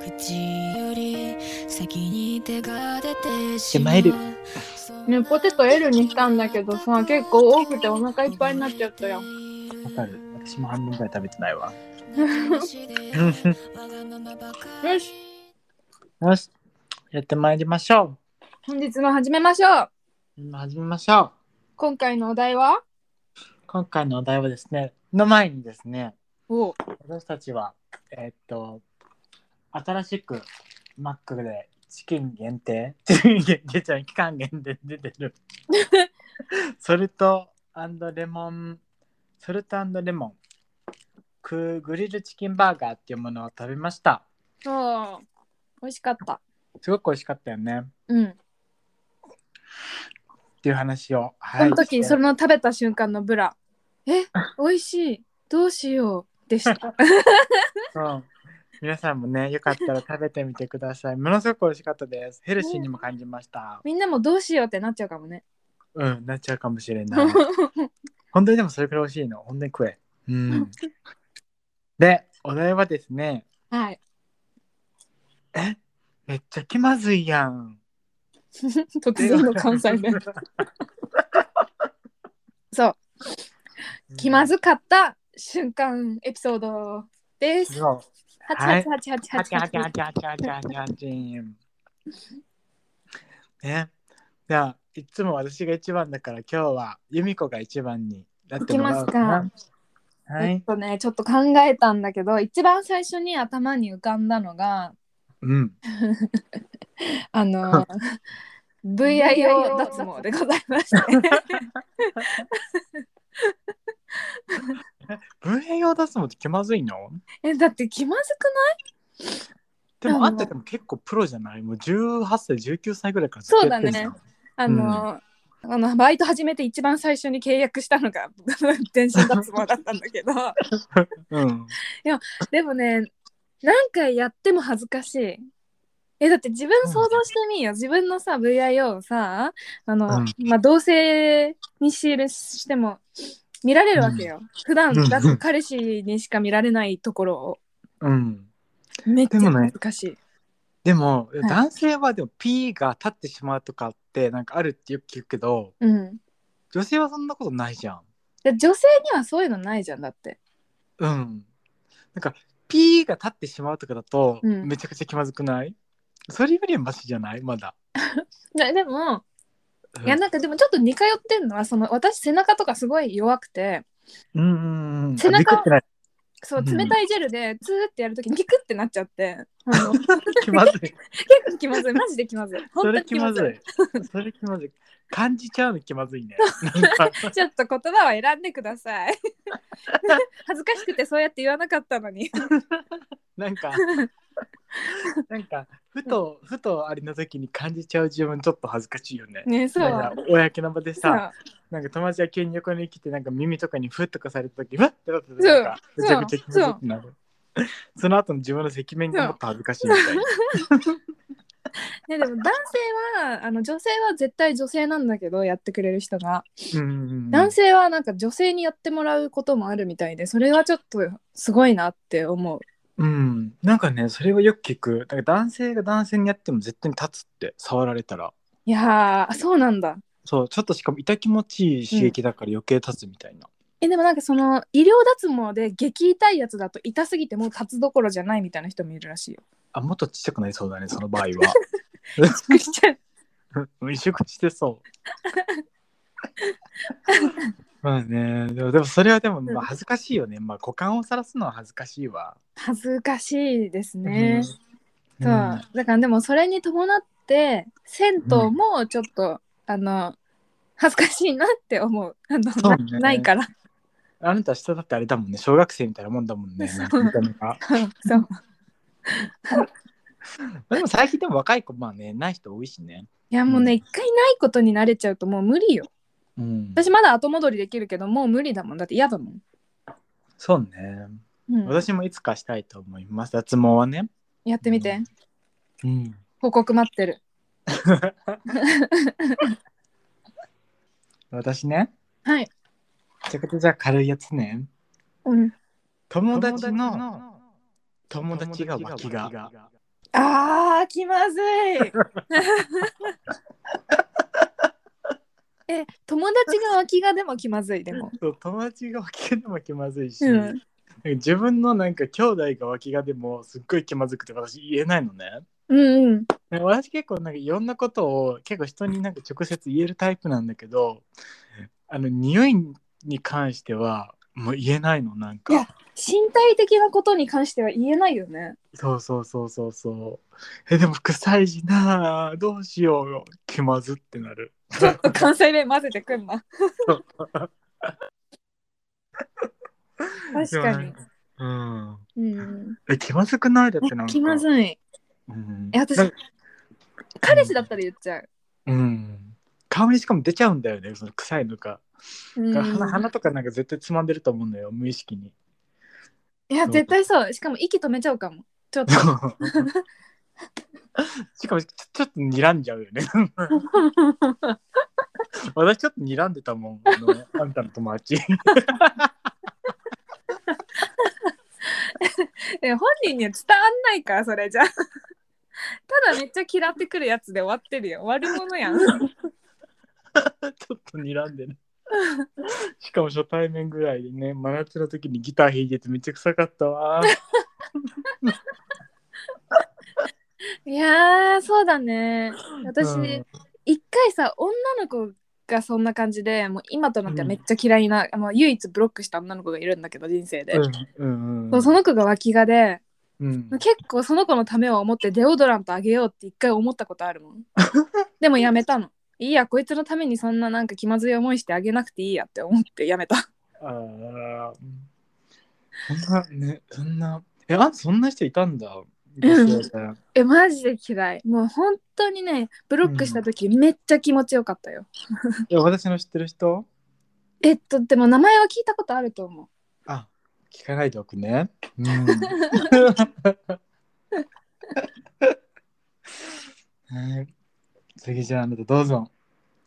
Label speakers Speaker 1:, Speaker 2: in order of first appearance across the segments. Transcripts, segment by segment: Speaker 1: 口より先に手が出て
Speaker 2: 手前で
Speaker 3: ねポテト L にしたんだけどさ結構多くてお腹いっぱいになっちゃったよ
Speaker 2: わかる。私も半分ぐらい食べてないわ。
Speaker 3: よし
Speaker 2: よし。やってまいりましょ
Speaker 3: 本日も始めましょう
Speaker 2: う。始めましょ
Speaker 3: 今回のお題は
Speaker 2: う。今回のお題はですね、の前にですね、
Speaker 3: お
Speaker 2: 私たちは、えーっと、新しく Mac でチキン限定、 チキン限定じゃん、期間限定で出て る。ソルトレモン、ソルトレモン、クグリルチキンバーガーっていうものを食べました。
Speaker 3: そう美味しかった
Speaker 2: すごく美味しかったよね。
Speaker 3: うん
Speaker 2: っていう話を。は
Speaker 3: その時、
Speaker 2: して
Speaker 3: その食べた瞬間のブラえ 美味しいどうしようでした
Speaker 2: うん皆さんもね、よかったら食べてみてください。ものすごく美味しかったです。ヘルシーにも感じました。
Speaker 3: みんなもどうしようってなっちゃうかもね
Speaker 2: うん、なっちゃうかもしれない。本当にでもそれくらい美味しいの。本当に食え。 うん。で、お題はですね、
Speaker 3: はい
Speaker 2: えめっちゃ気まずいやん。
Speaker 3: 突然の関西 弁そう気ま
Speaker 2: ず
Speaker 3: ずかった瞬間エピソードです
Speaker 2: そう。はいはちゃはちゃは
Speaker 3: 888888
Speaker 2: ちゃはちゃはちゃはちゃはちん。ね。じゃあ、いつも私が一番だから、今日は由美子が一番になってもらおうな。は
Speaker 3: えっ
Speaker 2: い。
Speaker 3: とねちょっと考えたんだけど一番最初に頭に浮かんだのが
Speaker 2: うん。
Speaker 3: あの VIO 脱毛でございま して
Speaker 2: 文平用出すのって気まずいの
Speaker 3: えだって気まずくない
Speaker 2: で
Speaker 3: あ
Speaker 2: も
Speaker 3: の
Speaker 2: あんたでも結構プロじゃないもう18歳19歳ぐらいから
Speaker 3: そうだね
Speaker 2: ずっとやってんじ
Speaker 3: あの、あのバイト始めて一番最初に契約したのが 全身脱毛だったんだ けど
Speaker 2: ゃん。うん。
Speaker 3: でもね何回やっても恥ずかしいえだって自分想像してみよ、う自分のさ VIO をさあの、
Speaker 2: うん
Speaker 3: まあ、同性に仕入れしても見られるわけよ、普段
Speaker 2: うん
Speaker 3: だって彼氏にしか見られないところを
Speaker 2: うん。
Speaker 3: めっちゃ
Speaker 2: でもね
Speaker 3: 恥ずかしい、
Speaker 2: でも、
Speaker 3: い
Speaker 2: 男性はでも P が立ってしまうとかってなんかあるってよく聞くけど
Speaker 3: うん
Speaker 2: 女性はそんなことないじゃん。
Speaker 3: で女性にはそういうのないじゃんだって
Speaker 2: うん。なんか P が立ってしまうとかだと
Speaker 3: うん
Speaker 2: めちゃくちゃ気まずくない、それよりはマシじゃないまだ。
Speaker 3: ででも
Speaker 2: うん
Speaker 3: いやなんかでもちょっと似通ってんのはその私背中とかすごい弱くて
Speaker 2: うんうんうん。
Speaker 3: 背中
Speaker 2: あびっくりしてない
Speaker 3: そう
Speaker 2: うん
Speaker 3: 冷たいジェルでツーってやるときにキクってなっちゃってあ の結
Speaker 2: 気まずい。
Speaker 3: 構気まずいマジで気まずい
Speaker 2: そ
Speaker 3: 本当
Speaker 2: れ
Speaker 3: に
Speaker 2: 気
Speaker 3: 気
Speaker 2: ま
Speaker 3: ま
Speaker 2: ず
Speaker 3: ずい
Speaker 2: い。それ気まずい。感じちゃうの気まずいね。なんか
Speaker 3: ちょっと言葉を選んでください 恥ずかしくてそうやって言わなかったのに
Speaker 2: なんか、なんか、ふと、ふとあれの時に感じちゃう自分ちょっと恥ずかしいよね。
Speaker 3: ねそう
Speaker 2: なんか公の場で
Speaker 3: そう
Speaker 2: さ、なんか友達が急に横に来て、なんか耳とかにふっとかされた時、ふわってなった時なんか、
Speaker 3: そう
Speaker 2: めちゃくちゃ気まずくなる。その後の自分の赤面がもっと恥ずかしいみたいな。
Speaker 3: ね、でも男性はあの女性は絶対女性なんだけどやってくれる人が、
Speaker 2: うんうんうん
Speaker 3: 男性はなんか女性にやってもらうこともあるみたいでそれはちょっとすごいなって思う
Speaker 2: うん。なんかね、それはよく聞く。なんか男性が男性にやっても絶対に立つって、触られたら。
Speaker 3: いやーそうなんだ
Speaker 2: そう、ちょっとしかも痛気持ちいい刺激だから余計立つみたいな。
Speaker 3: えでもなんかその医療脱毛で激痛いやつだと痛すぎてもう立つどころじゃないみたいな人もいる らしいよ。
Speaker 2: あ、もっとちっちゃくなりそうだね、その場合は。
Speaker 3: びっくりしちゃう
Speaker 2: うん移植して そう。まあね、でもでもそれはでも、まあ、恥ずかしいよね。まあ股間を晒すのは恥ずかしいわ。
Speaker 3: 恥ずかしいです
Speaker 2: う
Speaker 3: ね。
Speaker 2: ん。
Speaker 3: そ
Speaker 2: う
Speaker 3: う
Speaker 2: ん
Speaker 3: だからでもそれに伴って銭湯もちょっと、あの恥ずかしいなって思う あの
Speaker 2: そうね
Speaker 3: なないから。
Speaker 2: あなた下だってあれだもんね、小学生みたいなもんだもんね。
Speaker 3: そう
Speaker 2: なんか見た目が
Speaker 3: そう
Speaker 2: でも最近でも若い子、まあね、ない人多いしね。
Speaker 3: いやもうね
Speaker 2: うん
Speaker 3: 一、回ないことに慣れちゃうともう無理よ。
Speaker 2: うん、
Speaker 3: 私まだ後戻りできるけどもう無理だもんだって嫌だもん。
Speaker 2: そうね。
Speaker 3: うん、
Speaker 2: 私もいつかしたいと思います。脱毛はね。
Speaker 3: やってみて
Speaker 2: うん。
Speaker 3: 報告待ってる。
Speaker 2: 私ね、
Speaker 3: はい。
Speaker 2: めちゃくちゃじゃあ軽いやつね。
Speaker 3: うん
Speaker 2: 友達の友達が脇が。
Speaker 3: あー気ま ずいえ友達が脇がでも気まずいでも
Speaker 2: そう友達が脇がでも気まずいし、
Speaker 3: うん
Speaker 2: なんか自分のなんか兄弟が脇がでもすっごい気まずくて私言えないのね。
Speaker 3: うんうん
Speaker 2: なんか私結構なんかいろんなことを結構人になんか直接言えるタイプなんだけどあの匂いに関してはもう言えないのなん
Speaker 3: いや
Speaker 2: か
Speaker 3: 身体的なことに関しては言えないよね
Speaker 2: そうそうそうそうそうえでも臭いしなあどうしようよ気まずってなる
Speaker 3: ちょっと関西弁混ぜてくんな 確かに、
Speaker 2: うん
Speaker 3: うん、
Speaker 2: え気まずくないだってなん
Speaker 3: え
Speaker 2: か
Speaker 3: 気ま
Speaker 2: い、
Speaker 3: ずい
Speaker 2: うん、
Speaker 3: え私
Speaker 2: なんか
Speaker 3: 彼氏だったら言っちゃう、
Speaker 2: うん顔にしかも出ちゃうんだよねその臭いのか、
Speaker 3: うん、
Speaker 2: 鼻鼻とかなんか絶対つまんでると思うんだよ無意識 に
Speaker 3: いや絶対そうしかも息止めちゃうかもちょっと
Speaker 2: しかもちょちょっと睨んじゃうよ ね私ちょっと睨んでたもんあのあんたの友達
Speaker 3: え本人には伝わんないからそれじゃあ ただめっちゃ嫌ってくるやつで終わってるよ悪者やん
Speaker 2: ちょっと睨んでるしかも初対面ぐらいでね真夏の時にギター弾いててめっちゃ臭かったわ
Speaker 3: いやーそうだね私、
Speaker 2: うん
Speaker 3: 一回さ女の子がそんな感じでもう今となってはめっちゃ嫌いな、もう唯一ブロックした女の子がいるんだけど人生 で、
Speaker 2: うん
Speaker 3: そうその子が脇がで
Speaker 2: うん
Speaker 3: 結構その子のためを思ってデオドラントあげようって一回思ったことあ るもんでもやめたのいいやこいつのためにそんななんか気まずい思いしてあげなくていいやって思ってやめた
Speaker 2: あーそんなねそんなえあんたそんな人いたんだ
Speaker 3: うん
Speaker 2: 女性で
Speaker 3: えマジで嫌いもう本当にねブロックした時めっちゃ気持ちよかったよ、
Speaker 2: いや私の知ってる人
Speaker 3: えっとでも名前は聞いたことあると思う
Speaker 2: あ、聞かないでおくね。うん。はい次じゃああなたどうぞ。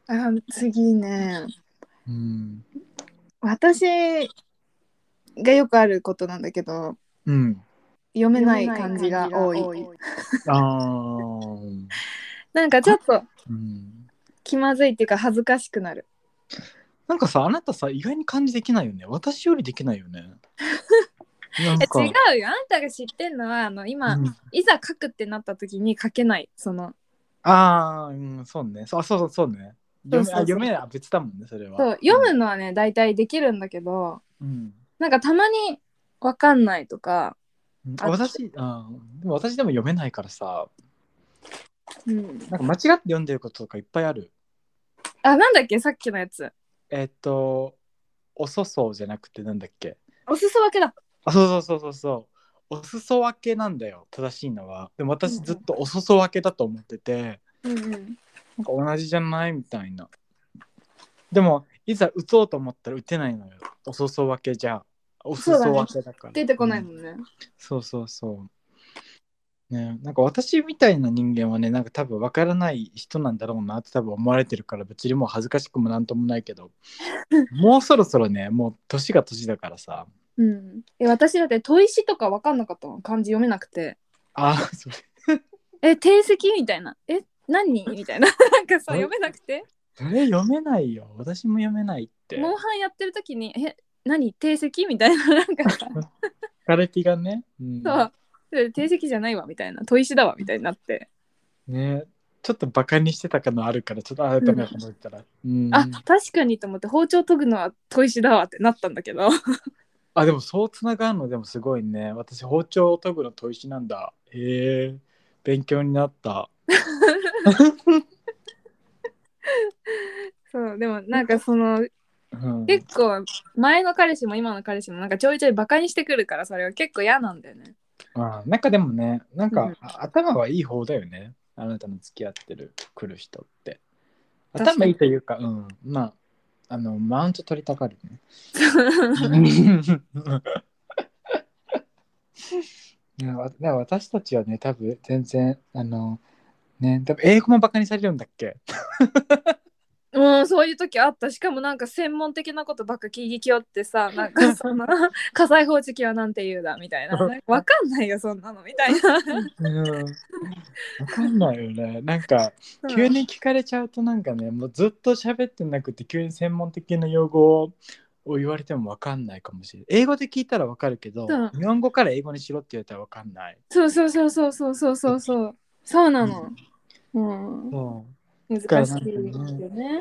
Speaker 3: あ次ね
Speaker 2: うん。
Speaker 3: 私がよくあることなんだけど
Speaker 2: うん。
Speaker 3: 読め
Speaker 4: 読
Speaker 3: な
Speaker 4: め
Speaker 3: い
Speaker 4: ない
Speaker 3: 漢
Speaker 4: 感
Speaker 3: 字
Speaker 4: じ
Speaker 3: が
Speaker 4: が
Speaker 3: 多
Speaker 4: 多
Speaker 3: い
Speaker 4: い。
Speaker 2: あー
Speaker 3: なんかちょっと
Speaker 2: うん。
Speaker 3: 気まずいっていうか恥ずかしくなる
Speaker 2: なんかさ、あなたさ、意外に感じできないよね。私よりできないよ ね。なん
Speaker 3: え
Speaker 2: か
Speaker 3: 違うよあんたが知ってんのはあの今、
Speaker 2: うん
Speaker 3: いざ書くってなった時に書けないその
Speaker 2: ああ、うん、そうね。そう、あそうそう、そうね。読め、
Speaker 3: そうそうそう
Speaker 2: あ、読めは別だもんね、それは。
Speaker 3: そう読むのはね大体できるんだけど
Speaker 2: うん。
Speaker 3: なんかたまにわかんないとか、
Speaker 2: うん。
Speaker 3: あ
Speaker 2: 私、あーでも私でも読めないからさ、
Speaker 3: うん、
Speaker 2: なんか間違って読んでることとかいっぱいある。
Speaker 3: あなんだっけさっきのやつ
Speaker 2: えっと、おそそうじゃなくてなんだっけ
Speaker 3: おすそ分けだ
Speaker 2: あ、そうそうそうそうそう。おすそ分けなんだよ、正しいのは。でも私ずっとおすそ分けだと思ってて、
Speaker 3: うんうん
Speaker 2: なんか同じじゃないみたいな。でも、いざ打とうと思ったら打てないのよ。おそそ分けじゃ。おすそ分けだから。
Speaker 3: 出てこないも
Speaker 2: うん
Speaker 3: んね、
Speaker 2: そうそうそう。ね、なんか私みたいな人間はねなんか多分分からない人なんだろうなって多分思われてるから別にもう恥ずかしくもなんともないけどもうそろそろねもう年が年だからさ
Speaker 3: うん、え私だって砥石とか分かんなかったの漢字読めなくて
Speaker 2: あーそれ
Speaker 3: え定石みたいなえ何みたいな なんかさ
Speaker 2: え
Speaker 3: 読めなくて
Speaker 2: それ読めないよ私も読めないって
Speaker 3: モンハンやってる時にえ何定石みたいな なんかさ
Speaker 2: カレティがね、うん、
Speaker 3: そうで定石じゃないわみたいな砥石だわみたいになって
Speaker 2: ねちょっとバカにしてたかのあるからちょっと改めて思ったら、うん、
Speaker 3: あ確かにと思って包丁研ぐのは砥石だわってなったんだけど
Speaker 2: あでもそうつながるのでもすごいね私包丁を研ぐの砥石なんだへえ勉強になった
Speaker 3: そうでもなんかその
Speaker 2: うん
Speaker 3: 結構前の彼氏も今の彼氏もなんかちょいちょいバカにしてくるからそれは結構嫌なんだよね
Speaker 2: あなんかでもねなんか、
Speaker 3: うん
Speaker 2: あ頭はいい方だよねあなたの付き合ってる来る人って
Speaker 3: 確かに
Speaker 2: 頭いいというかうんまああのマウント取りたがる ね いやわだ私たちはね多分全然あのね多分英語もバカにされるんだっけ
Speaker 3: うん、そういう時あった。しかもなんか専門的なことばっか聞きよってさ、なん かその火災報知器はなんて言うだみたいな。なんかわかんないよ、そんなのみたいな。
Speaker 2: うん、わかんないよね。なんか、急に聞かれちゃうとなんかね、もうずっと喋ってなくて、急に専門的な用語を言われてもわかんないかもしれない。英語で聞いたらわかるけど、
Speaker 3: うん
Speaker 2: 日本語から英語にしろって言われたらわかんない。
Speaker 3: そうそうそうそうそうそうそうそう。そうなの。うん。
Speaker 2: そう
Speaker 3: 難しいですよね。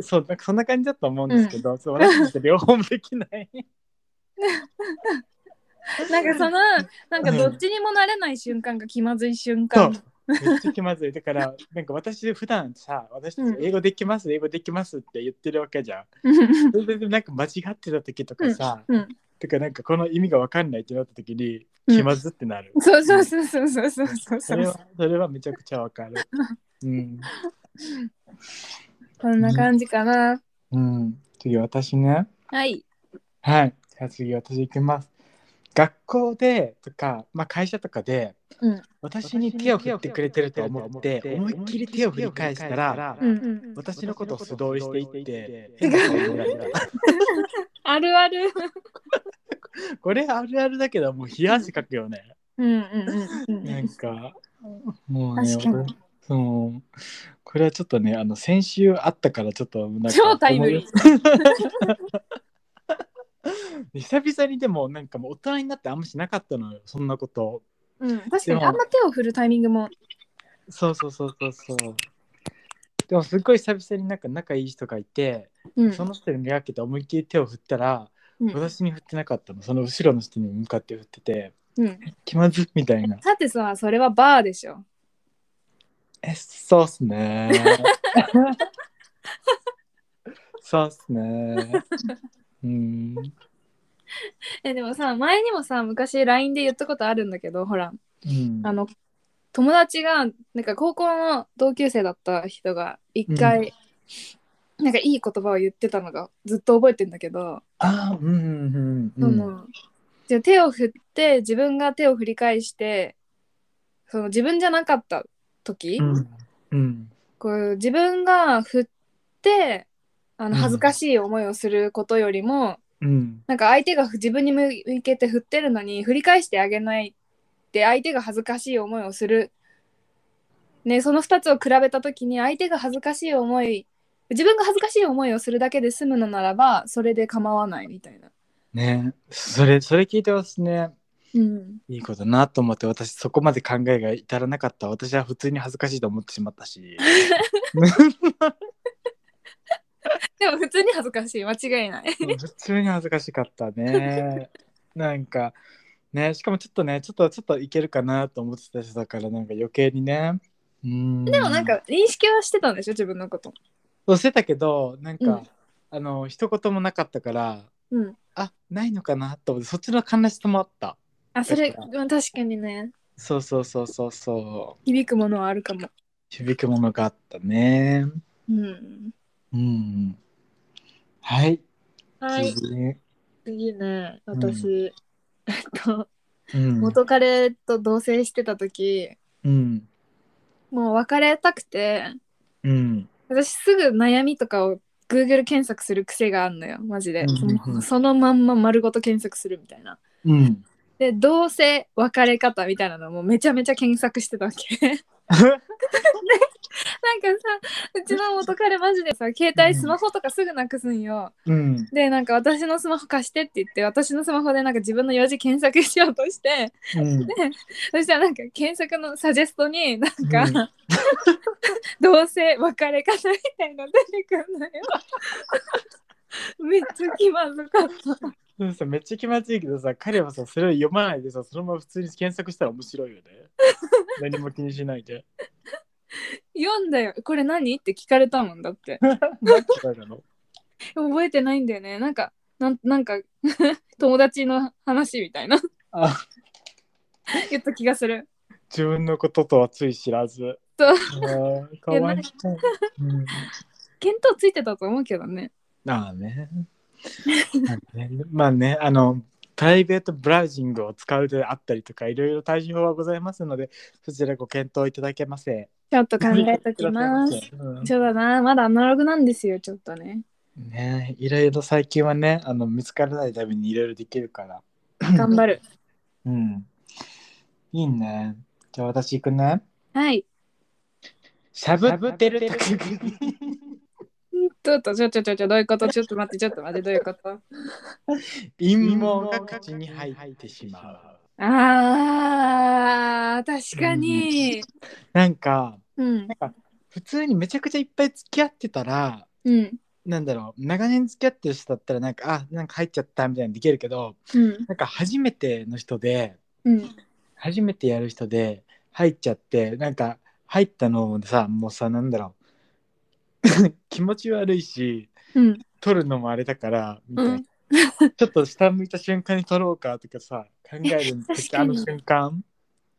Speaker 2: そうなんかそんな感じだと思うんですけど、そう私たち両方もできない。
Speaker 3: なんかその、なんかどっちにもなれない瞬間が気まずい瞬間。
Speaker 2: めっちゃ気まずい。だから、なんか私、普段さ、私たち英語できます、英語できますって言ってるわけじゃん。
Speaker 3: うん
Speaker 2: それでなんか間違ってた時とかさ、
Speaker 3: うん。
Speaker 2: とかなんかこの意味がわかんないってなった時に
Speaker 3: うん
Speaker 2: 気まずってなる。
Speaker 3: そうそうそうそうそうそうそ
Speaker 2: そ
Speaker 3: うそ
Speaker 2: れ
Speaker 3: う
Speaker 2: は。それはめちゃくちゃわか る。うん。
Speaker 3: こんな感じかな。
Speaker 2: うん、次私ね。
Speaker 3: はい。
Speaker 2: はい。じゃあ次私行きます。学校でとか、まあ、会社とかで、
Speaker 3: うん
Speaker 2: 私に手を振ってくれてると思って思いっきり手を振り返したら
Speaker 3: うんうん。
Speaker 2: 私のことを素通りしていって
Speaker 4: うん
Speaker 2: 変な顔になった
Speaker 3: あるある。
Speaker 2: これあるあるだけどもう冷や汗かくよね。
Speaker 3: うんうんうんう
Speaker 2: なん
Speaker 3: ん。
Speaker 2: かもうね
Speaker 3: 確かに
Speaker 2: 俺そうこれはちょっとねあの先週あったからちょっとなんか
Speaker 3: 超タイムリー。
Speaker 2: 久々にでもなんかもう大人になってあんましなかったのよそんなこと。
Speaker 3: うん、確かにあんま手を振るタイミングも。
Speaker 2: そうそうそうそうそう。でもすっごい久々になんか仲いい人がいて、
Speaker 3: うん。
Speaker 2: その人に目がけて思いっきり手を振ったら、
Speaker 3: うん
Speaker 2: 私に振ってなかったのその後ろの人に向かって振ってて
Speaker 3: うん、
Speaker 2: 気まずっみたいな。
Speaker 3: さてさ、それはバーでしょ。
Speaker 2: え、そうっすね。 そうっすね。うん。
Speaker 3: え、でもさ、前にもさ、昔 LINE で言ったことあるんだけど、ほら、
Speaker 2: うん。
Speaker 3: あの、友達が、なんか高校の同級生だった人が、一回、なんかいい言葉を言ってたのがずっと覚えてんだけど、
Speaker 2: あ、うんうんうん。
Speaker 3: その、じゃあ手を振って、自分が手を振り返して、その自分じゃなかった時、
Speaker 2: うん。うん。
Speaker 3: こう自分が振ってあ
Speaker 2: ん
Speaker 3: の恥ずかしい思いをすることよりも、
Speaker 2: うん。
Speaker 3: なんか相手が自分に向向けて振ってるのに振り返してあげないって相手が恥ずかしい思いをする、ね、その2つを比べた時に相手が恥ずかしい思い自分が恥ずかしい思いをするだけで済むのならばそれで構わないみたいな。
Speaker 2: ねそれ、それ聞いてますね。
Speaker 3: うん、
Speaker 2: いいことなと思って、私そこまで考えが至らなかった。私は普通に恥ずかしいと思ってしまったし。
Speaker 3: でも普通に恥ずかしい間違いない。
Speaker 2: 普通に恥ずかしかったね。なんか、ね、しかもちょっとね、ちょっと、ちょっといけるかなと思ってた人だから、なんか余計にね。うん。
Speaker 3: でもなんか認識はしてたんでしょ自分のこと。
Speaker 2: そうしてたけど、なんか、
Speaker 3: うん
Speaker 2: あの、一言もなかったから、
Speaker 3: うん、
Speaker 2: あ、ないのかなと思って、そっちの悲しさもあった。
Speaker 3: あそれ
Speaker 2: 確
Speaker 3: うん確かにね
Speaker 2: そうそうそうそうそう。
Speaker 3: 響くものはあるかも。
Speaker 2: 響くものがあったね。
Speaker 3: うん、
Speaker 2: うん。はい。
Speaker 4: はい、
Speaker 2: 次ね
Speaker 4: 次ね、
Speaker 2: ん
Speaker 4: 私、えっと、
Speaker 2: うん。
Speaker 3: 元彼と同棲してた時
Speaker 2: うん。
Speaker 3: もう別れたくて
Speaker 2: うん。
Speaker 3: 私すぐ悩みとかを Google 検索する癖があるのよマジで、
Speaker 2: うんうんうん
Speaker 3: もうそのまんま丸ごと検索するみたいな
Speaker 2: うん。
Speaker 3: で同棲別れ方みたいなのもめちゃめちゃ検索してたわけ なんかさうちの元彼マジでさ携帯スマホとかすぐなくすんよ
Speaker 2: うん。
Speaker 3: でなんか私のスマホ貸してって言って私のスマホでなんか自分の用事検索しようとして
Speaker 2: うん。
Speaker 3: そしたらなんか検索のサジェストになんか、
Speaker 2: う
Speaker 3: 同棲別れ方みたいなの出てくるのよ。めっちゃ気まずかった。
Speaker 2: うんさめっちゃ気まずいけどさ彼はさそれを読まないでさそのまま普通に検索したら面白いよね何も気にしないで
Speaker 3: 読んだよ。これ何って聞かれたもんだって。
Speaker 2: 何て書いたの
Speaker 3: 覚えてないんだよね。なんか、なんなんか 友達の話みたいな
Speaker 2: あ
Speaker 3: 言った気がする。
Speaker 2: 自分のこととはつい知らず
Speaker 3: そう
Speaker 2: あーかわいそう、うん、
Speaker 3: 見 当ついてたと思うけどね。
Speaker 2: ああねまあねまあねあのプライベートブラウジングを使うであったりとか、いろいろ対処法はございますので、そちらご検討いただけませ。
Speaker 3: ちょっと考えときます。
Speaker 2: うん
Speaker 3: そうだな、まだアナログなんですよ、ちょっとね。
Speaker 2: ねいろいろ最近はね、あの見つからないためにいろいろできるから。
Speaker 3: 頑 張る。
Speaker 2: うん。いいね。じゃあ私行くね。
Speaker 3: はい。
Speaker 2: しゃぶってる時に。
Speaker 3: ちょっと、ちょ、ちょ、ちょ、ちょ、どういうことちょっと待って、ちょっと待って、どういうこと
Speaker 2: 陰謀が口に入ってしまう。
Speaker 3: あー、確かに。
Speaker 2: なんか
Speaker 3: うん。
Speaker 2: 普通にめちゃくちゃいっぱい付き合ってたら
Speaker 3: うん。
Speaker 2: なんだろう長年付き合ってる人だったらなんかあなんか入っちゃったみたいにできるけど
Speaker 3: うん。
Speaker 2: なんか初めての人で
Speaker 3: うん。
Speaker 2: 初めてやる人で入っちゃってなんか入ったのをさもうさなんだろう 気持ち悪いし
Speaker 3: うん。
Speaker 2: 取るのもあれだからみたいな、
Speaker 3: うん
Speaker 2: ちょっと下向いた瞬間に取ろうかとかさ考える
Speaker 3: 確
Speaker 2: 時
Speaker 3: か
Speaker 2: あ
Speaker 3: に
Speaker 2: の瞬間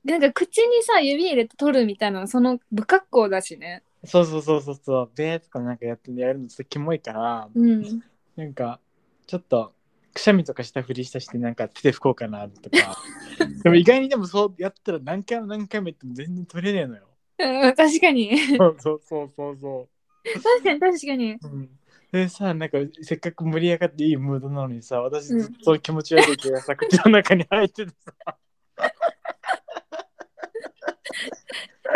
Speaker 3: なんか口にさ、指入れて取るみたいなの、その不格好だしね。
Speaker 2: そうそうそうそうそうでとかなんかやってやるのちょっとキモいから、
Speaker 3: うん。
Speaker 2: なんかちょっとくしゃみとかしたふりしたしてなんか手で拭こうかなと かでも意外にでもそうやったら何回も何回もやっても全然取れねえの よ
Speaker 3: うん、確かに。
Speaker 2: そうそうそうそうそ
Speaker 3: 確かに、確かに。
Speaker 2: う、うん、でさなんかせっかく盛り上がっていいムードなのにさ私ずっと気持ち悪い気がさ、口の中に入 っててさ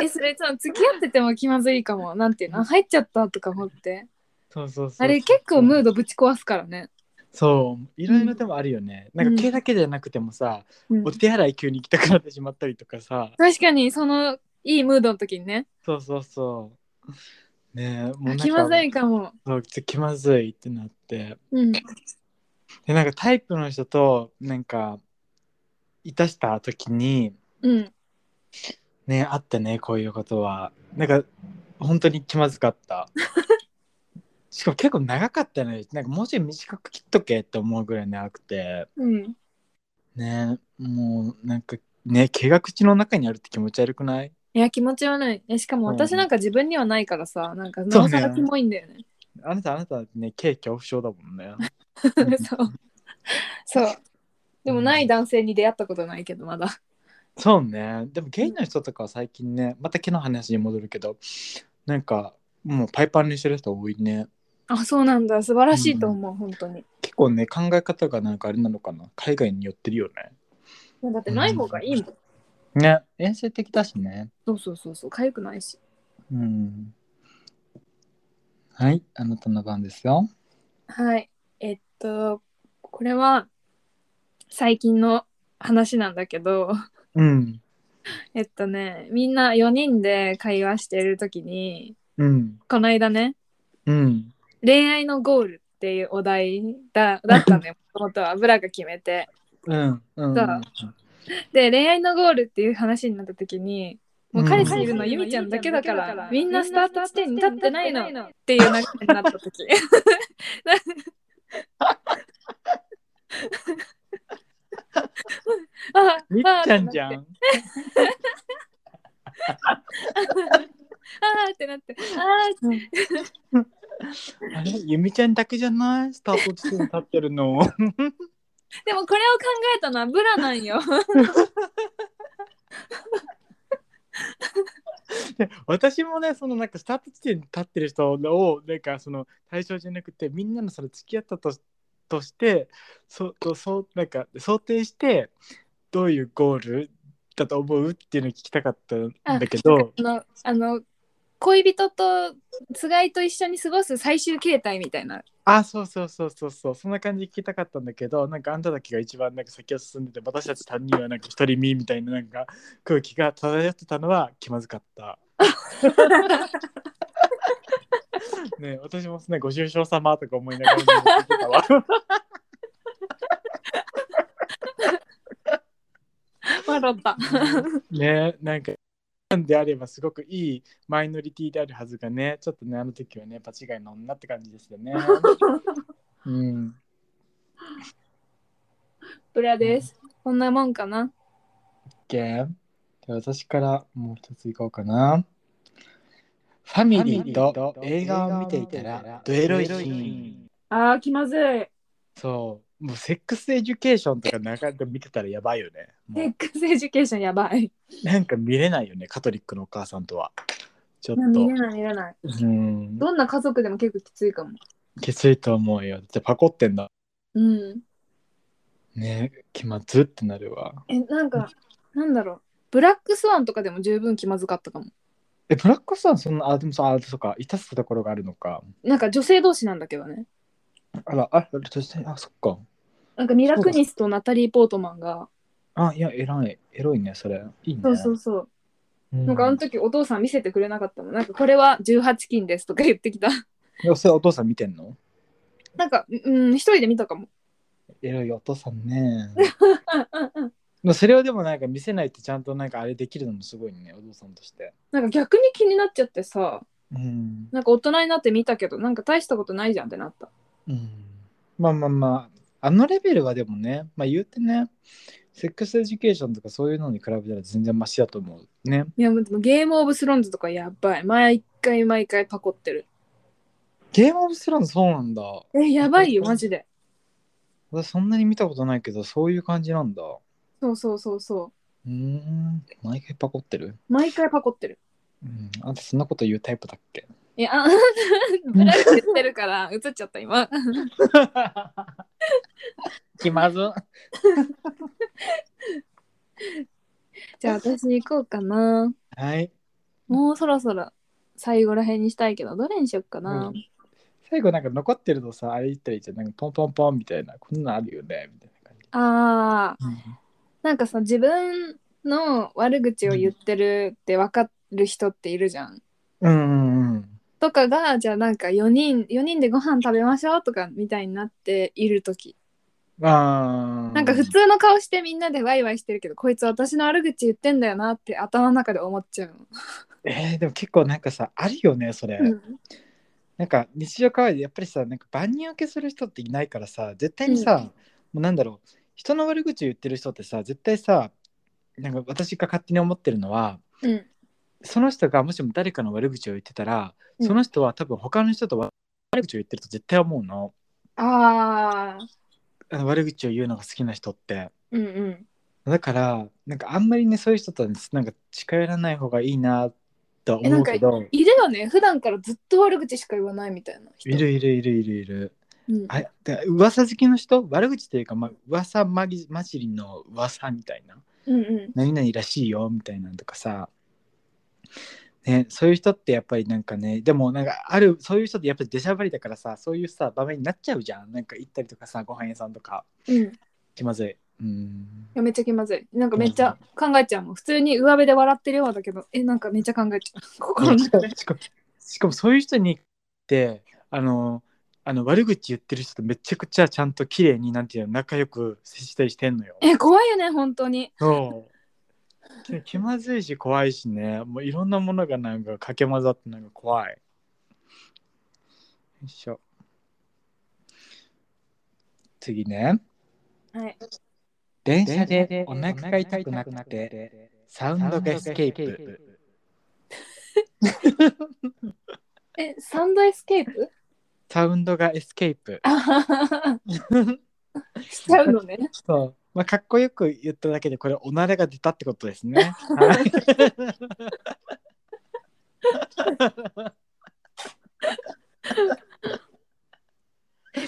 Speaker 3: え、それ、いつも付き合ってても気まずいかも。なんていうの入っちゃったとか思って。
Speaker 2: そうそうそう
Speaker 3: あれ、結構ムードぶち壊すからね。
Speaker 2: そういろいろでもあるよね、
Speaker 3: ん
Speaker 2: なんか毛だけじゃなくてもさ、
Speaker 3: うん
Speaker 2: お手洗い急に行きたくなってしまったりとかさ
Speaker 3: 確かに、その、いいムードの時にね。
Speaker 2: そうそうそうねえもうなんか
Speaker 3: 気まずいかも。
Speaker 2: そう気まずいってなって
Speaker 3: うん。
Speaker 2: でなんかタイプの人となんかいたした時に
Speaker 3: うん。
Speaker 2: ねあったねこういうことはなんか本当に気まずかったしかも結構長かったのよなんかもうちょい短く切っとけって思うぐらい長くて
Speaker 3: うん。
Speaker 2: ねもうなんかね毛が口の中にあるって気持ち悪くない
Speaker 3: いや、気持ち悪い。え、しかも私なんか自分にはないからさ、なんか、
Speaker 2: ね
Speaker 3: なおさらキモいんだよね。
Speaker 2: あなたあなたね毛恐怖症だもんね
Speaker 3: そう。そう。でもない男性に出会ったことないけど、まだ。
Speaker 2: そうねでもゲイの人とかは最近ねまた毛の話に戻るけどなんかもうパイパンにしてる人多いね
Speaker 3: あ、そうなんだ。素晴らしいと思う、本当に。
Speaker 2: 結構ね考え方がなんかあれなのかな海外に寄ってるよね
Speaker 3: いやだってない方がいいもん。
Speaker 2: ね衛生的だしね
Speaker 3: そうそうそうそう、痒くないし。
Speaker 2: うんはいあなたの番ですよ
Speaker 3: はい。えっと、これは、最近の話なんだけど、
Speaker 2: うん
Speaker 3: えっとね、みんな4人で会話してる時に、
Speaker 2: うん
Speaker 3: この間ね、
Speaker 2: うん
Speaker 3: 恋愛のゴールっていうお題だだったのよ、もともとは。ブラが決めて。
Speaker 2: うんうん
Speaker 3: さで、恋愛のゴールっていう話になった時に、もう彼氏いるの
Speaker 4: うん
Speaker 3: ゆみちゃんだけだか
Speaker 4: うん
Speaker 3: ら、みんなスタート地点に立ってないのっていう流れになった時。あ
Speaker 2: みっちゃんじゃ
Speaker 3: あ
Speaker 2: ん
Speaker 3: ーってなって、あーって
Speaker 2: あれゆみちゃんだけじゃないスタート地点に立ってるの
Speaker 3: でもこれを考えたのはブラなんよ。
Speaker 2: で私もねそのなんかスタート地点に立ってる人をなんかその対象じゃなくてみんなのその付き合ったとしとしてそうとそうなんか想定してどういうゴールだと思うっていうのを聞きたかったんだけど
Speaker 3: あの、あの、恋人とつがいと一緒に過ごす最終形態みたいな。
Speaker 2: あそうそうそうそうそうそんな感じで聞きたかったんだけどなんかあんただけが一番なんか先を進んでて私たち3人はなんか一人身みたいななんか空気が漂ってたのは気まずかった。ねえ私もそんなご愁傷様とか思いながら聞いてたわ
Speaker 3: 笑った。
Speaker 2: ねえなんかなんであればすごくいいマイノリティであるはずがねちょっとねあの時はね場違いの女って感じですよね。うん、
Speaker 3: ブラです。こんなもんかな。
Speaker 2: OK で私からもう一ついこうかなファミリーと映画を見ていたらドエロいシーン
Speaker 3: あー、気まずい。
Speaker 2: そうもうセックスエデュケーションとかなんか見てたらやばいよね。も
Speaker 3: セ
Speaker 2: う
Speaker 3: ックスエデュケーションやばい。
Speaker 2: なんか見れないよね、カトリックのお母さんとは。ちょっ
Speaker 3: 見
Speaker 2: と
Speaker 3: れ。ない見れない。
Speaker 2: うん。
Speaker 3: どんな家族でも結構きついかも。
Speaker 2: きついと思うよ。だってパコってんだ。
Speaker 3: うん。
Speaker 2: ね気まずってなるわ。
Speaker 3: え、なんか、なんだろう。ブラックスワンとかでも十分気まずかったかも。
Speaker 2: え、ブラックさんそんな、あ、でもさ、あ、そうか、いたすところがあるのか。
Speaker 3: なんか女性同士なんだけどね。
Speaker 2: あら、あ、そして、あ、そっか。
Speaker 3: なんかミラクニスとナタリー・ポートマンが、
Speaker 2: あ、いや、えらい、エロいね、それ。いいね。
Speaker 3: そうそうそう。
Speaker 2: うん
Speaker 3: なんかあの時お父さん見せてくれなかったもん。なんかこれは18禁ですとか言ってきた。
Speaker 2: いやそれお父さん見てんの
Speaker 3: なんか、うん、一人で見たかも。
Speaker 2: エロいお父さんね。
Speaker 3: うんうんうん。
Speaker 2: でもそれをでもなんか見せないってちゃんとなんかあれできるのもすごいね、お父さんとして。
Speaker 3: なんか逆に気になっちゃってさ、
Speaker 2: うん。
Speaker 3: なんか大人になって見たけど、なんか大したことないじゃんってなった。
Speaker 2: うん、まあまあまあ、あのレベルはでもね、まあ言うてね、セックスエデュケーションとかそういうのに比べたら全然マシだと思うね。
Speaker 3: いやもうでもゲームオブスローンズとかやばい。毎回毎回パコってる。
Speaker 2: ゲームオブスローンズそうなんだ。
Speaker 3: え、やばいよ、マジで。
Speaker 2: 私そんなに見たことないけど、そういう感じなんだ。う
Speaker 3: そうそうそうそ
Speaker 2: ーん、毎回パコってる。
Speaker 3: う。毎回パコってる。
Speaker 2: うん、あんたそんなこと言うタイプだっけ
Speaker 3: いや、 あブラって言ってるから映っちゃった今。
Speaker 2: 気まず。
Speaker 3: じゃあ私行こうかな。
Speaker 2: はい。
Speaker 3: もうそろそろ最後らへんにしたいけど、どれにしよっかな。
Speaker 2: うん最後なんか残ってるとさ、あれ言ったらいいじゃん。なんかポンポンポンみたいな、こんなのあるよね、みたいな感じ。
Speaker 3: あー、なんかさ自分の悪口を言ってるって分かる人っているじゃん。
Speaker 2: うんうんうん。
Speaker 3: とかがじゃあなんか4人4人でご飯食べましょうとかみたいになっている時
Speaker 2: あー
Speaker 3: なんか普通の顔してみんなでワイワイしてるけどこいつ私の悪口言ってんだよなって頭の中で思っちゃうの。
Speaker 2: えーでも結構なんかさあるよねそれ、
Speaker 3: うん
Speaker 2: なんか日常会話でやっぱりさなんか万人受けする人っていないからさ絶対にさ、
Speaker 3: うん
Speaker 2: もうなんだろう人の悪口を言ってる人ってさ絶対さなんか私が勝手に思ってるのは
Speaker 3: うん
Speaker 2: その人がもしも誰かの悪口を言ってたら、
Speaker 3: うん
Speaker 2: その人は多分他の人と悪口を言ってると絶対思うの
Speaker 3: あー
Speaker 2: あの悪口を言うのが好きな人って
Speaker 3: うんうん
Speaker 2: だからなんかあんまりねそういう人とはなんか近寄らない方がいいなとは
Speaker 3: え
Speaker 2: 思
Speaker 3: なん
Speaker 2: う
Speaker 3: か
Speaker 2: け
Speaker 3: い
Speaker 2: ど
Speaker 3: るよね普段からずっと悪口しか言わないみたいな人。
Speaker 2: いるいるいるいるいる。
Speaker 3: うん
Speaker 2: あで噂好きの人悪口というか、まあ、噂まぎまじりの噂みたいな
Speaker 3: うんうん
Speaker 2: 何々らしいよみたいなのとかさ、ね、そういう人ってやっぱりなんかねでもなんかあるそういう人ってやっぱり出しゃばりだからさそういうさ場面になっちゃうじゃんなんか行ったりとかさご飯屋さんとか
Speaker 3: うん
Speaker 2: 気まずいうん
Speaker 3: いやめっちゃ気まずい。なんかめっちゃ考えちゃうもん。普通に上辺で笑ってるようだけど、え、なんかめっちゃ考えちゃ う。心の
Speaker 2: しか
Speaker 3: 中
Speaker 2: も
Speaker 3: で。
Speaker 2: しかもしかもそういう人にってあのあの悪口言ってる人とめちゃくちゃちゃんと綺麗になんていうの仲良く接したりしてんのよ。
Speaker 3: え、怖いよね、本当に。
Speaker 2: そう。気気まずいし怖いしね、もういろんなものがなんかかけ混ざってなんか怖い。よいしょ。次ね。
Speaker 3: はい。
Speaker 2: 電車
Speaker 5: 電車
Speaker 2: で
Speaker 5: で
Speaker 2: お
Speaker 5: お
Speaker 2: 腹
Speaker 5: 腹
Speaker 2: が
Speaker 5: が
Speaker 2: 痛
Speaker 5: 痛
Speaker 2: く
Speaker 5: く
Speaker 2: な
Speaker 5: な
Speaker 2: くて
Speaker 5: くて、
Speaker 2: サウ
Speaker 5: サ
Speaker 2: ン
Speaker 5: ウ
Speaker 2: ド
Speaker 5: ンド
Speaker 2: がエ
Speaker 5: エ
Speaker 2: ス
Speaker 5: ス
Speaker 2: ケ
Speaker 5: ケ
Speaker 2: ー
Speaker 5: ー
Speaker 2: プ。
Speaker 5: プ。
Speaker 3: え、サンドエスケー プ
Speaker 2: サウンドがエスケープ。
Speaker 3: しちゃうのね。
Speaker 2: そう。まあ、かっこよく言っただけで、これ、おならが出たってことです ね。はい。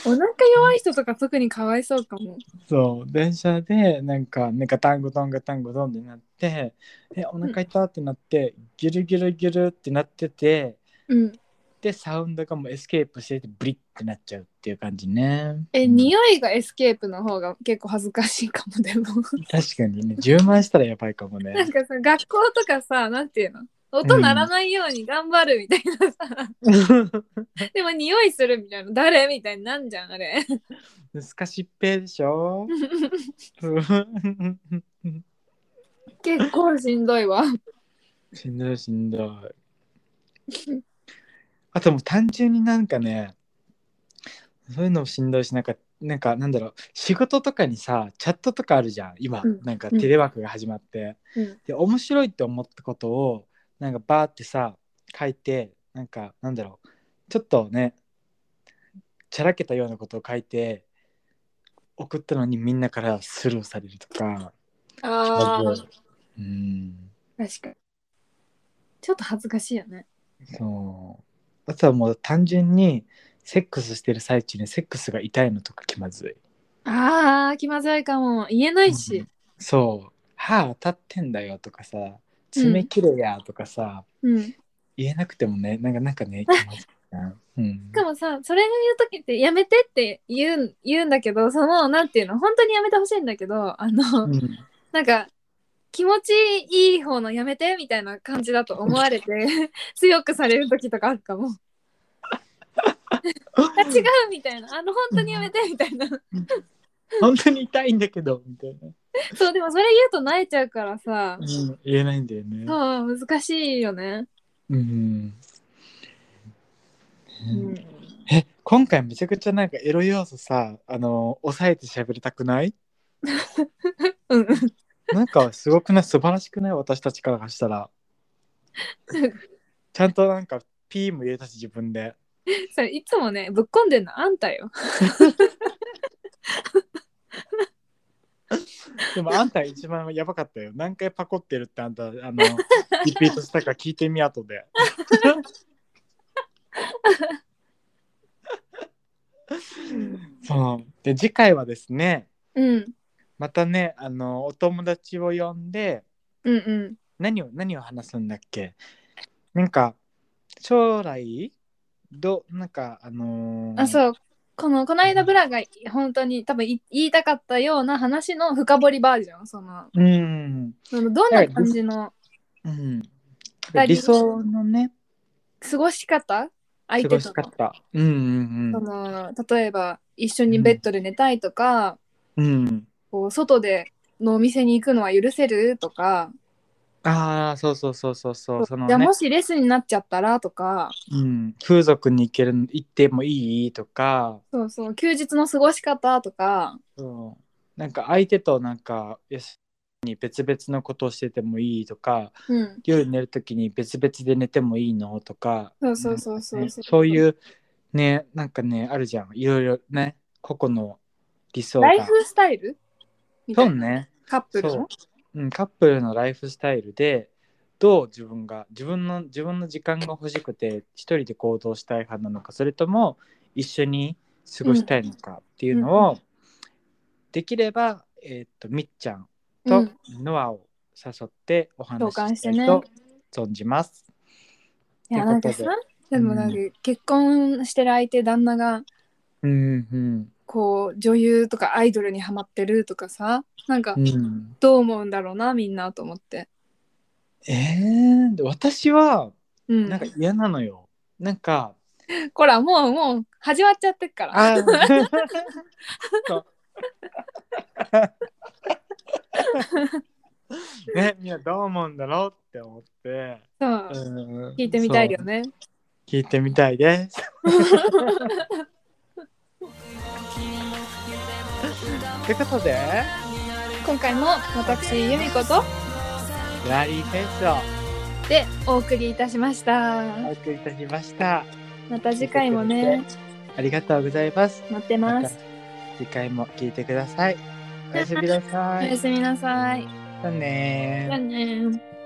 Speaker 3: お腹弱い人とか特にかわいそうかも。
Speaker 2: そう電車でなんかねガタンゴトンガタンゴトンってなってえお腹痛ってなって、ギュルギュルギュルってなってて
Speaker 3: うん。
Speaker 2: でサウンドがもうエスケープしててブリッってなっちゃうっていう感じね
Speaker 3: え、
Speaker 2: うん
Speaker 3: 匂いがエスケープの方が結構恥ずかしいかも、でも。
Speaker 2: 確かにね充満したらやばいかも
Speaker 3: な
Speaker 2: ね
Speaker 3: んかさ、学校とかさ、なんていうの音鳴らないように頑張るみたいなさ、でも匂いするみたいな、誰みたいになんじゃん、あ れ。
Speaker 2: 難しっぺでしょ
Speaker 3: 結構しんどいわ。
Speaker 2: しんどいしんどい。あともう単純になんかねそういうのもしんどいしなんかなんかなんだろう仕事とかにさチャットとかあるじゃん今、
Speaker 3: うん
Speaker 2: なんか
Speaker 3: うん
Speaker 2: テレワークが始まって、
Speaker 3: うん
Speaker 2: で面白いって思ったことをなんかバーってさ書いてなんかなんだろうちょっとねちゃらけたようなことを書いて送ったのにみんなからスルーされるとか。
Speaker 6: ああ、
Speaker 2: うん。
Speaker 3: 確かに。ちょっと恥ずかしいよね。
Speaker 2: そう。あとはもう単純に、セックスしてる最中にセックスが痛いのとか気まずい。
Speaker 3: ああ、気まずいかも。言えないし。
Speaker 2: そう。歯当たってんだよとかさ、爪切れやとかさ、
Speaker 3: うん。し
Speaker 2: 言えなくてもね、なんかなんかね、気まずい な。うん。
Speaker 3: かもさ、それ言うときって、やめてって言う言うんだけど、その、なんていうの、本当にやめてほしいんだけど、あの、
Speaker 2: うん
Speaker 3: なんか、気持ちいい方のやめてみたいな感じだと思われて、強くされるときとかあるかも。あ違うみたいな。あの、本当にやめてみたいな。
Speaker 2: 本当に痛いんだけど、みたいな。
Speaker 3: そう、でもそれ言うと泣いちゃうからさ
Speaker 2: う、ん、言えないんだよね。
Speaker 3: そう、難しいよね。
Speaker 2: うん。
Speaker 3: うん。
Speaker 2: え、今回めちゃくちゃなんかエロ要素さ、あの、抑えて喋りたくない
Speaker 3: うん
Speaker 2: なんかすごくない素晴らしくない私たちからしたら。ちゃんとなんか P も入れたし自分で。
Speaker 3: それいつもねぶっこんでんのあんたよ
Speaker 2: でもあんた一番やばかったよ。何回パコってるってあんた、あの、リピートしたから聞いてみ後で。そう。で、次回はですね、
Speaker 3: うん
Speaker 2: またね、あの、お友達を呼んで、
Speaker 3: うんうん
Speaker 2: 何を何を話すんだっけなんか将来どなんかあのー
Speaker 3: あそうこのこの間ブラが本当に多分い言いたかったような話の深掘りバージョンその
Speaker 2: うん、
Speaker 3: そのどんな感じの
Speaker 2: うん
Speaker 3: 人、
Speaker 2: 理想のね
Speaker 3: 過ごし方
Speaker 2: 過
Speaker 3: 相
Speaker 2: ご
Speaker 3: 手
Speaker 2: し
Speaker 3: と
Speaker 2: 方うん
Speaker 3: のその例えば一緒にベッドで寝たいとか、
Speaker 2: うんうんうん
Speaker 3: こう外でのお店に行くのは許せるとか、
Speaker 2: ああそうそうそうそうそうその
Speaker 3: じゃあ
Speaker 2: ね
Speaker 3: も、しレスになっちゃったらとか
Speaker 2: うん、風俗に行ける行ってもいいとか
Speaker 3: そうそう休日の過ごし方とか
Speaker 2: そうなんか相手となんかよしに別々のことをしててもいいとか
Speaker 3: うん
Speaker 2: 夜寝るときに別々で寝てもいいのとか
Speaker 3: そうそうそうそう
Speaker 2: ねそういうねなんかねあるじゃんいろいろね個々の理想が
Speaker 3: ライフスタイルみた
Speaker 2: そう
Speaker 3: いな
Speaker 2: ね
Speaker 3: カップル
Speaker 2: そ
Speaker 3: の
Speaker 2: う、うん、カップルのライフスタイルでどう自分が自分の自分の時間が欲しくて一人で行動したい派なのかそれとも一緒に過ごしたいのかっていうのを、できれば、えー、とみっちゃん
Speaker 3: う
Speaker 2: と
Speaker 3: ん
Speaker 2: ノアを誘ってお話
Speaker 3: 共感
Speaker 2: し
Speaker 3: し
Speaker 2: した
Speaker 3: て
Speaker 2: い
Speaker 3: ね
Speaker 2: と存じます。
Speaker 3: いや
Speaker 2: という
Speaker 3: な
Speaker 2: んこ
Speaker 3: か
Speaker 2: とで
Speaker 3: さでもなんか結婚してる相手旦那が
Speaker 2: うんうん
Speaker 3: こう女優とかアイドルにハマってるとかさなんか
Speaker 2: うん
Speaker 3: どう思うんだろうなみんなと思って
Speaker 2: えー、で私は
Speaker 3: うん
Speaker 2: なんか嫌なのよ。なんか
Speaker 3: こらもうもう始まっちゃってっから
Speaker 2: あーそうねみんなどう思うんだろうって思って、
Speaker 3: そう
Speaker 2: うん
Speaker 3: 聞いてみたいよね
Speaker 2: そう聞いてみたいです。ということで
Speaker 3: 今回も私由美子と
Speaker 2: ラリーフェイスを
Speaker 3: でお送りいたしました
Speaker 2: お送りいたしました。
Speaker 3: また次回もね
Speaker 2: ありがとうございます。
Speaker 3: 待って
Speaker 2: ま
Speaker 3: ま
Speaker 2: た
Speaker 3: す
Speaker 2: 次回も聞いてください。おやすみな
Speaker 3: お
Speaker 2: さ
Speaker 3: や
Speaker 2: い。
Speaker 3: すみなさい
Speaker 2: じゃあね
Speaker 3: じゃあねー